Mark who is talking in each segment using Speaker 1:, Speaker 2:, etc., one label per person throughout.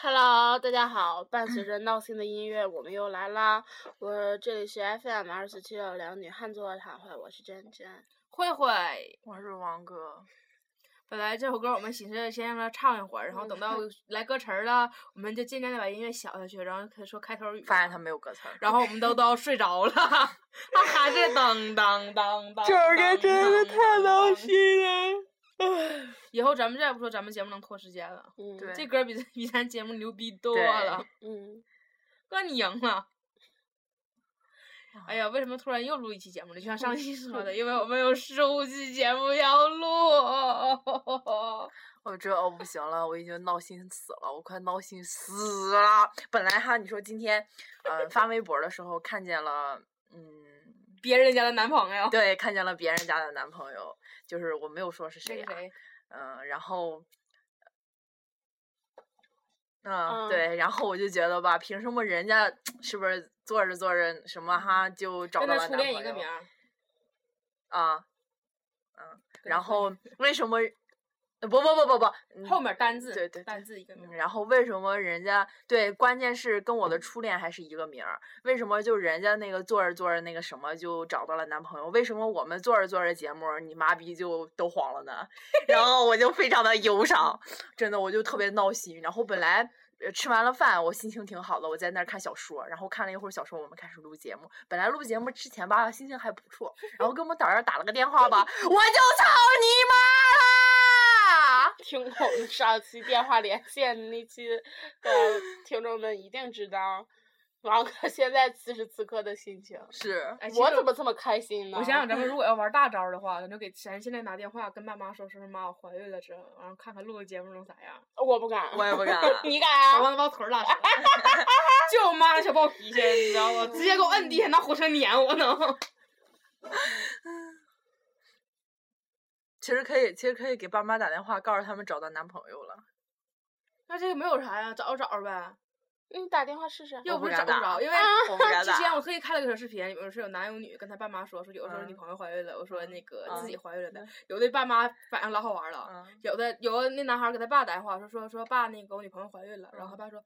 Speaker 1: Hello，大家好！伴
Speaker 2: 嗯
Speaker 1: 随着闹心的音乐，我们又来啦！我这里是 FM 二四七六两女汉作谈会，我是珍珍。
Speaker 2: 慧慧，
Speaker 3: 我是王哥，
Speaker 2: 本来这首歌我们寻思先让他唱一会儿，然后
Speaker 3: 嗯
Speaker 2: 等到来歌词儿了，我们就尽量的把音乐小下去，然后可以说开头语。
Speaker 3: 发现他没有歌词儿，
Speaker 2: 然后我们 都都睡着了，他还是噔噔噔噔。
Speaker 3: 心了。
Speaker 2: 以后咱们再也不说咱们节目能拖时间了，
Speaker 1: 嗯，
Speaker 3: 对
Speaker 2: 这歌比比咱节目牛逼多
Speaker 3: 对
Speaker 2: 了。
Speaker 1: 嗯，
Speaker 2: 哥，你赢了。哎呀，为什么突然又录一期节目呢？就像上期说 的，因为我们有十五期节目要录。
Speaker 3: 我这哦不行了，我已经闹心死了，我快闹心死了。本来哈，你说今天，嗯、发微博的时候看见了，嗯，
Speaker 2: 别人家的男朋友，
Speaker 3: 对，看见了别人家的男朋友，就是我没有说是
Speaker 2: 那
Speaker 3: 谁
Speaker 2: 个
Speaker 3: 呀、
Speaker 2: 谁，
Speaker 3: 嗯、然后。嗯，
Speaker 1: 嗯
Speaker 3: 对，然后我就觉得吧，凭什么人家是不是做着做着什么哈就找
Speaker 2: 嗯跟
Speaker 3: 到
Speaker 2: 他
Speaker 3: 了
Speaker 2: 初
Speaker 3: 男朋
Speaker 2: 恋
Speaker 3: 友
Speaker 2: 一个名儿，
Speaker 3: 啊？
Speaker 2: 跟
Speaker 3: 然
Speaker 2: 初恋
Speaker 3: 后为什么？呃不不不不不，嗯
Speaker 2: 后面单字，
Speaker 3: 对对对
Speaker 2: 单字一个名
Speaker 3: 嗯
Speaker 2: 儿，
Speaker 3: 然后为什么人家对，关键是跟我的初恋还是一个名儿？为什么就人家那个做着做着那个什么就找到了男朋友？为什么我们做着做着节目，你妈逼就都黄了呢？ 然后我就非常的忧伤，真的我就特别闹心。然后本来。呃吃完了饭，我心情挺好的，我在那儿看小说，然后看了一会儿小说，我们开始录节目。本来录节目之前吧，心情还不错，然后跟我们导员打了个电话吧，我就操你妈啦！
Speaker 1: 听我们上期电话连线那期的听众们一定知道，王哥现在此时此刻的心情。
Speaker 3: 是，
Speaker 2: 哎，其实
Speaker 1: 我怎么这么开心呢？
Speaker 2: 我想想，咱 们如果要玩大招儿的话，咱就给咱现在打电话跟爸妈说说妈，我怀孕了之后，然后看看录个节目能咋样。
Speaker 1: 我不敢，
Speaker 3: 我也不敢。
Speaker 1: 你敢
Speaker 2: 我
Speaker 1: 啊？
Speaker 2: 忘了把我腿儿拉 折了，就我妈那小暴脾气， 你知道吗？直接给我摁地下，拿火车碾我 呢。
Speaker 3: 其实可以，其实可以给爸妈打电话，告诉他们找到男朋友了。
Speaker 2: 那这个没有啥呀，找找呗，
Speaker 1: 你打电话试试。
Speaker 2: 又
Speaker 3: 我
Speaker 2: 不
Speaker 3: 不
Speaker 2: 是找
Speaker 3: 敢
Speaker 2: 不
Speaker 3: 打
Speaker 2: 着，因为
Speaker 3: 我不敢
Speaker 2: 之前
Speaker 3: 打
Speaker 2: 我特意看了个小视频，有的是有男有女，跟他爸妈说说，有的时候
Speaker 3: 嗯
Speaker 2: 女朋友怀孕了，我说那个
Speaker 3: 嗯
Speaker 2: 自己怀孕了的，有的爸妈反应老好玩了。
Speaker 3: 嗯，
Speaker 2: 有的有的那男孩儿给他爸打电话说说说爸那个我女朋友怀孕了，然后他爸说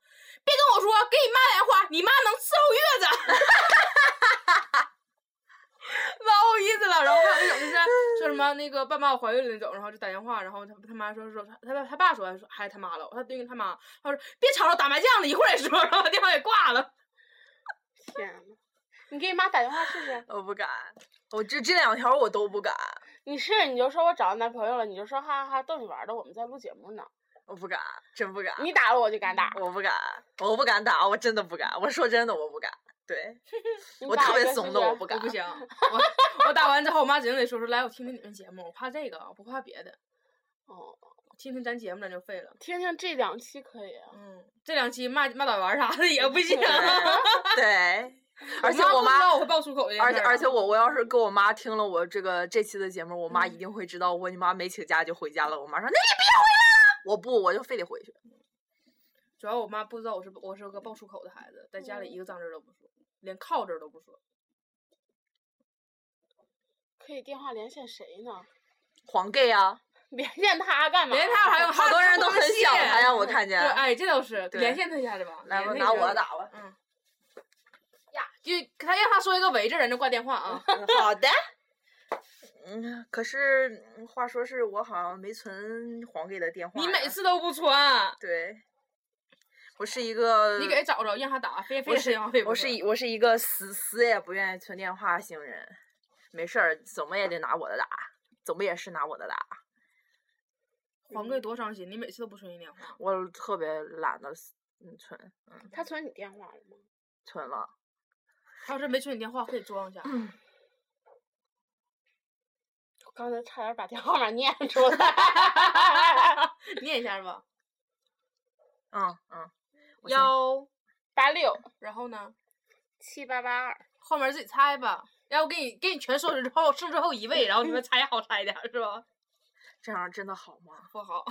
Speaker 2: 别跟我说，给你妈打电话，你妈能伺候月子。 老有意思了，然后还有那种就是说什么那个爸妈我怀孕了那种，然后就打电话，然后他他妈说说他爸他爸说说还是他妈了，他对应他妈，他说别吵了，打麻将呢，一会儿再说，然后把电话给挂了。
Speaker 1: 天呐，你给你妈打电话试试。
Speaker 3: 我不敢，我这这两条我都不敢，
Speaker 1: 你试，你就说我找到男朋友了，你就说哈哈哈逗你玩儿的，我们在录节目呢。
Speaker 3: 我不敢，真不敢，
Speaker 1: 你打了我就敢打，
Speaker 3: 我不敢，我不敢打，我真的不敢，我说真的，我不敢。对，
Speaker 1: 你
Speaker 3: 我
Speaker 1: 打
Speaker 3: 特
Speaker 1: 一
Speaker 3: 别
Speaker 1: 个
Speaker 3: 怂
Speaker 1: 试
Speaker 3: 的
Speaker 1: 试
Speaker 3: 我不敢
Speaker 2: 我不行， 我我打完之后，我妈指定得说说来，我听听你们节目，我怕这个，我不怕别的，
Speaker 1: 哦，
Speaker 2: 听听咱节目咱就废了。
Speaker 1: 听听这两期可以啊。
Speaker 2: 嗯，这两期骂骂导员啥的也不行。
Speaker 3: 对，对而且
Speaker 2: 我不
Speaker 3: 我
Speaker 2: 知
Speaker 3: 妈
Speaker 2: 道。我会爆粗口这件事儿啊
Speaker 3: 而且而且我我要是跟我妈听了我这个这期的节目，我妈
Speaker 2: 嗯
Speaker 3: 一定会知道我你妈没请假就回家了。我妈说：“那你别回来了。”我不，我就非得回去。
Speaker 2: 主要我妈不知道我是我是个爆粗口的孩子，在家里一
Speaker 3: 嗯
Speaker 2: 个脏字儿都不说，连靠字儿都不说。
Speaker 1: 可以电话连线谁呢？
Speaker 3: 黄 gay 啊，
Speaker 1: 连线他干嘛？
Speaker 2: 连他还有
Speaker 3: 好多人都很想他呀，我看
Speaker 2: 对，
Speaker 3: 见。
Speaker 2: 哎，这倒是
Speaker 3: 对
Speaker 2: 连线他一下子吧，
Speaker 3: 来吧，
Speaker 2: 连
Speaker 3: 拿
Speaker 2: 他一下
Speaker 3: 我
Speaker 2: 子
Speaker 3: 打。吧。
Speaker 2: 嗯，呀，就他让他说一个围字儿，咱就挂电话 啊。
Speaker 3: 好的。嗯，可是嗯话说是我好像没存黄给的电话呀。
Speaker 2: 你每次都不穿，
Speaker 3: 对，我是一个，
Speaker 2: 你给他找着让他打，非非
Speaker 3: 嗯我
Speaker 2: 得
Speaker 3: 是
Speaker 2: 电话费不
Speaker 3: 我
Speaker 2: 说
Speaker 3: 是一我是一个死死也不愿意存电话型人。没事儿，怎么也得拿我的打，怎么也是拿我的打。
Speaker 2: 黄哥多伤心，你每次都不存你电话。
Speaker 3: 我特别懒得嗯存
Speaker 1: 他存你电话了吗？
Speaker 3: 存了，
Speaker 2: 他要是没存你电话，非得装一下。
Speaker 3: 嗯
Speaker 1: 我刚才差点把电话号码念出来。
Speaker 2: 念一下吧，
Speaker 3: 嗯嗯，我先
Speaker 2: 幺，
Speaker 1: 八六
Speaker 2: 然后呢，
Speaker 1: 七八八二，
Speaker 2: 后面自己猜吧。要不给你给你全说出来之后，剩最后一位，然后你们猜好猜点儿是吧？
Speaker 3: 这样真的好吗？
Speaker 2: 不好。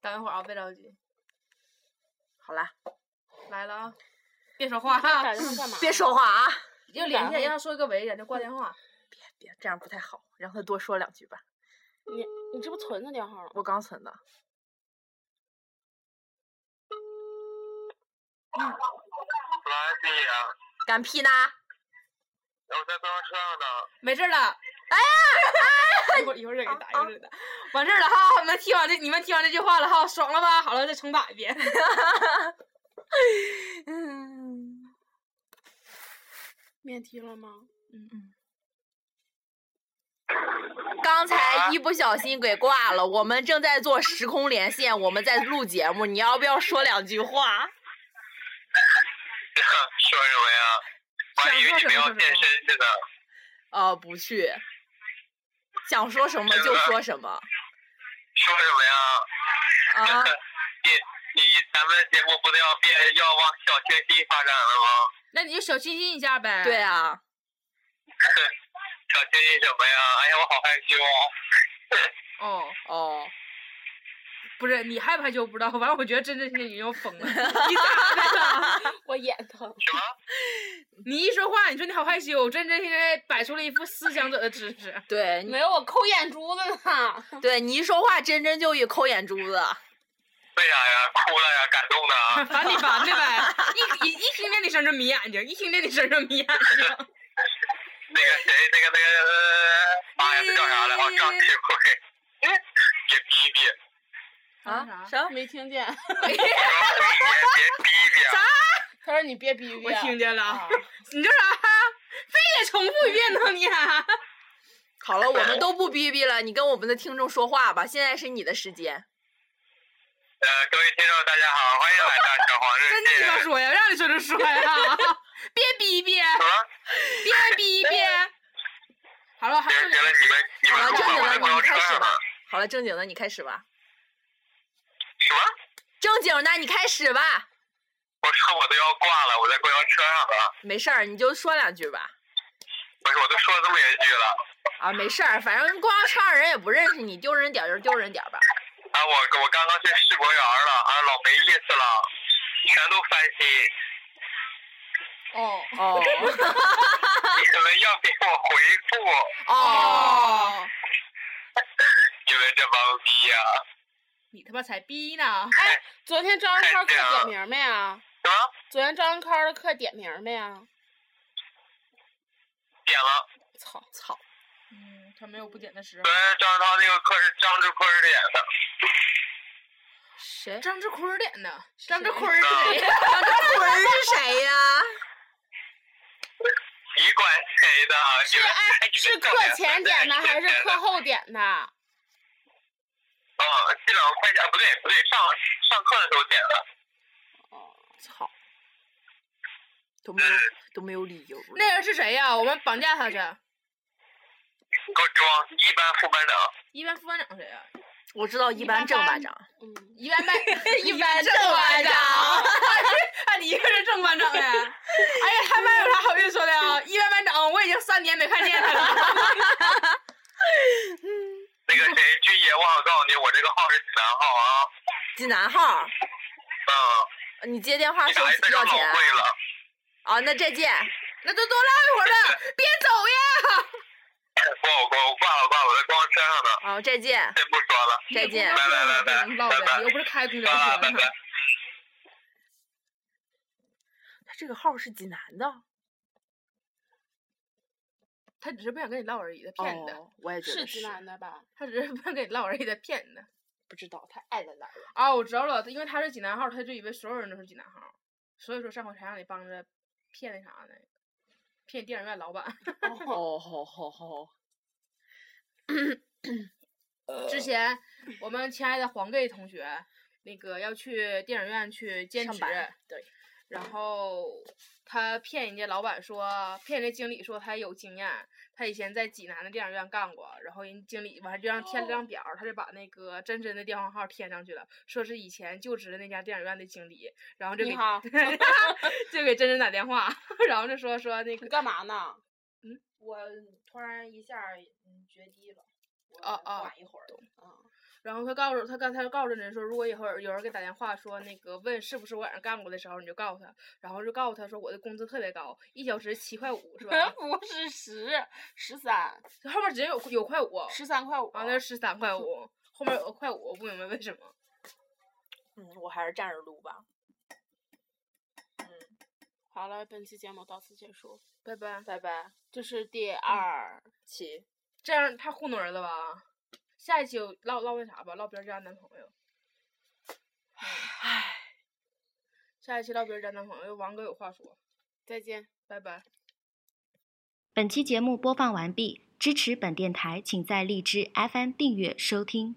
Speaker 2: 等一会儿啊，别着急，
Speaker 3: 好啦，
Speaker 2: 来了啊！别说话
Speaker 1: 打
Speaker 2: 啊，
Speaker 1: 电话干嘛？
Speaker 3: 别说话啊，
Speaker 2: 要连线，让他说一个围，人就挂电话。
Speaker 3: 别这样不太好，让他多说两句吧。
Speaker 1: 你你这不存的电话了吗？
Speaker 3: 我刚存的，
Speaker 4: 垃圾呀、
Speaker 3: 敢屁呢？
Speaker 4: 我在公交车上呢，
Speaker 2: 没事儿了。哎呀，一会儿一会儿再给你打，一会儿再给你打。完事儿了哈，你们听完这你们听完这句话了哈，爽了吧？好了，再重打一遍。
Speaker 3: 嗯，
Speaker 2: 免提了吗？嗯嗯。
Speaker 3: 刚才一不小心给挂了。我们正在做时空连线，我们在录节目，你要不要说两句话？
Speaker 4: 说什么呀？我还以为你们要健身似的。
Speaker 3: 呃，不去，想说什么就说什么
Speaker 4: 说什么呀？
Speaker 3: 啊。
Speaker 4: 你你咱们节目不都要变要往小清新发展了吗？
Speaker 2: 那你就小清新一下呗。
Speaker 3: 对啊，
Speaker 4: 小清新什么呀？哎呀，我好害羞哦。
Speaker 2: 哦，
Speaker 3: 哦，
Speaker 2: 不是，你害不害羞不知道，反正我觉得真真现在已经要 疯了。你咋的了？
Speaker 1: 我眼疼。
Speaker 4: 什么？
Speaker 2: 你一说话，你说你好害羞，真真现在摆出了一副思想者的姿势。
Speaker 3: 对
Speaker 1: 没有，我抠眼珠子呢。
Speaker 3: 对，你一说话，真真就一抠眼珠子。
Speaker 4: 为啥呀？哭了呀？感 动的啊？
Speaker 2: 烦你烦的呗，一一一听见你声就迷眼睛，一听见你声就迷 眼睛。
Speaker 4: 那个谁，那个那个，呃妈呀，这叫啥来？哦，张志辉。 别逼逼，
Speaker 3: 啊？什么？
Speaker 1: 没听见，
Speaker 4: 别别逼逼。啊
Speaker 1: 他说你别逼逼。
Speaker 2: 我听见了，
Speaker 1: 啊
Speaker 2: 你这啥？非得重复一遍呢？你啊还？
Speaker 3: 好了，我们都不逼逼了，你跟我们的听众说话吧。现在是你的时间。
Speaker 4: 呃，各位听众大家好，欢迎来到小黄日
Speaker 2: 真
Speaker 4: 记。
Speaker 2: 鸡巴说呀，让你说就说呀，别逼逼，
Speaker 4: 什么？
Speaker 2: 别逼逼。好了，还
Speaker 4: 行
Speaker 2: 剩
Speaker 4: 行
Speaker 2: 两
Speaker 4: 了，
Speaker 2: 个
Speaker 4: 你们你
Speaker 3: 好
Speaker 4: 们
Speaker 3: 了，正经
Speaker 4: 说吧，我
Speaker 3: 的
Speaker 4: 在
Speaker 3: 你
Speaker 4: 公交
Speaker 3: 们
Speaker 4: 车啊
Speaker 3: 开始
Speaker 4: 上呢
Speaker 3: 吧。。好了，正经的你开始吧。
Speaker 4: 什么？
Speaker 3: 正经的你开始吧。
Speaker 4: 我说我都要挂了，我在公交车上呢。
Speaker 3: 没事儿，你就说两句吧。
Speaker 4: 不是，我都说这么一句了。
Speaker 3: 啊，没事儿，反正公交车上人也不认识你，丢人点儿就丢人点儿吧。
Speaker 4: 啊，我我刚刚去世博园了，啊，老没意思了，全都翻 新。
Speaker 2: 哦
Speaker 3: 哦
Speaker 4: 你们要给我回复，
Speaker 3: 哦，
Speaker 2: 哦，
Speaker 4: 你们这帮逼呀、
Speaker 2: 你他妈才逼呢！
Speaker 1: 哎，昨天张文
Speaker 4: 哎
Speaker 1: 康课
Speaker 4: 对啊
Speaker 1: 点名没啊？
Speaker 4: 什么？
Speaker 1: 昨天张文康的课点名没啊？
Speaker 4: 点了。
Speaker 1: 操！
Speaker 3: 操！
Speaker 2: 嗯，他没有不点的时候
Speaker 4: 昨。天张涛那个课是张志坤点的，
Speaker 3: 谁？
Speaker 2: 张志坤点的，张志坤
Speaker 4: 啊
Speaker 2: 是谁？
Speaker 3: 张志坤是谁呀？
Speaker 4: 你管谁的？啊你
Speaker 1: 是
Speaker 4: 们
Speaker 1: 哎，
Speaker 4: 你
Speaker 1: 是
Speaker 4: 们
Speaker 1: 课
Speaker 4: 这俩
Speaker 1: 前
Speaker 4: 混蛋
Speaker 1: 点的还是
Speaker 4: 真
Speaker 1: 课后点的？
Speaker 4: 哦，基本上快点，不对不对，上上课的时候点的。
Speaker 3: 操！都没有都没有理由。
Speaker 2: 那人是谁呀？我们绑架他去。
Speaker 4: 你给我装一班副班长，
Speaker 2: 一班副班长谁呀？
Speaker 3: 我知道一般正班长，
Speaker 1: 嗯，
Speaker 2: 一班班
Speaker 3: 啊一班正班 长
Speaker 2: 啊，你一个人正班长呢？哎呀，他班有啥好意思说的啊？一班班长，我已经三年没看见他了。
Speaker 4: 那个谁，军爷，我好告诉你，我这个号是济南号啊。
Speaker 3: 济南号，
Speaker 4: 嗯，
Speaker 3: 你接电话
Speaker 4: 你
Speaker 3: 收
Speaker 4: 打一次
Speaker 3: 要
Speaker 4: 老
Speaker 3: 钱
Speaker 4: 贵了。
Speaker 3: 啊？那再见。
Speaker 2: 那就多唠一会儿吧，别走呀！
Speaker 4: 挂我挂我挂了挂了，我在公交车上呢，
Speaker 3: 啊，再见，
Speaker 4: 先不说了，
Speaker 3: 再见
Speaker 4: 拜。拜拜拜
Speaker 2: 不能唠
Speaker 4: 拜拜
Speaker 2: 的，又不是开公交
Speaker 4: 拜拜
Speaker 2: 车
Speaker 4: 拜
Speaker 2: 呢
Speaker 4: 拜。。
Speaker 3: 他这个号是济南的，
Speaker 2: 他只是不想跟你唠而已，他骗你的。
Speaker 3: 哦，我也觉
Speaker 1: 是
Speaker 3: 得
Speaker 1: 济
Speaker 3: 是。
Speaker 1: 南的吧？
Speaker 2: 他只是不想跟你唠而已，他骗你的。
Speaker 1: 不知道，他爱在 哪儿了？
Speaker 2: 啊，我知道了，因为他是济南号，他就以为所有人都是济南号，所以说上回才让你帮着骗那啥呢，骗电影院老板。
Speaker 3: 哦，好好好。
Speaker 2: 之前我们亲爱的黄盖同学，那个要去电影院去兼
Speaker 3: 上
Speaker 2: 职，
Speaker 3: 班对，
Speaker 2: 然后他骗人家老板说，骗人家经理说他有经验，他以前在济南的电影院干过，然后人经理完就让填了张表儿，他就把那个真真的电话号填上去了，说是以前就职的那家电影院的经理，然后就给
Speaker 1: 你好
Speaker 2: 就给真真打电话，然后就说说那个
Speaker 1: 你干嘛呢？？
Speaker 5: 我突然一下儿嗯决堤了，我
Speaker 2: 哦哦
Speaker 5: 缓一会儿。
Speaker 2: 然后他告诉他刚才告诉人说，如果以后有人给打电话说那个问是不是我晚上干过的时候，你就告诉他，然后就告诉他说我的工资特别高，一小时七块五是吧
Speaker 1: 不是十，十三，
Speaker 2: 就后面直接有有块五，
Speaker 1: 十三块五。
Speaker 2: 啊，那是十三块五，后面有个块五，我不明白为什么。
Speaker 3: 嗯，我还是站着录吧。
Speaker 1: 好了，本期节目到此结束，
Speaker 2: 拜拜。
Speaker 1: 拜拜。嗯这是第二期，
Speaker 2: 这样太糊弄人了吧？下一期我唠唠那啥吧，唠别人家男朋友。嗯下一期唠别人家男朋友，王哥有话说，
Speaker 1: 再见。
Speaker 2: 拜拜。
Speaker 6: 本期节目播放完毕，支持本电台，请在荔枝 FM 订阅收听。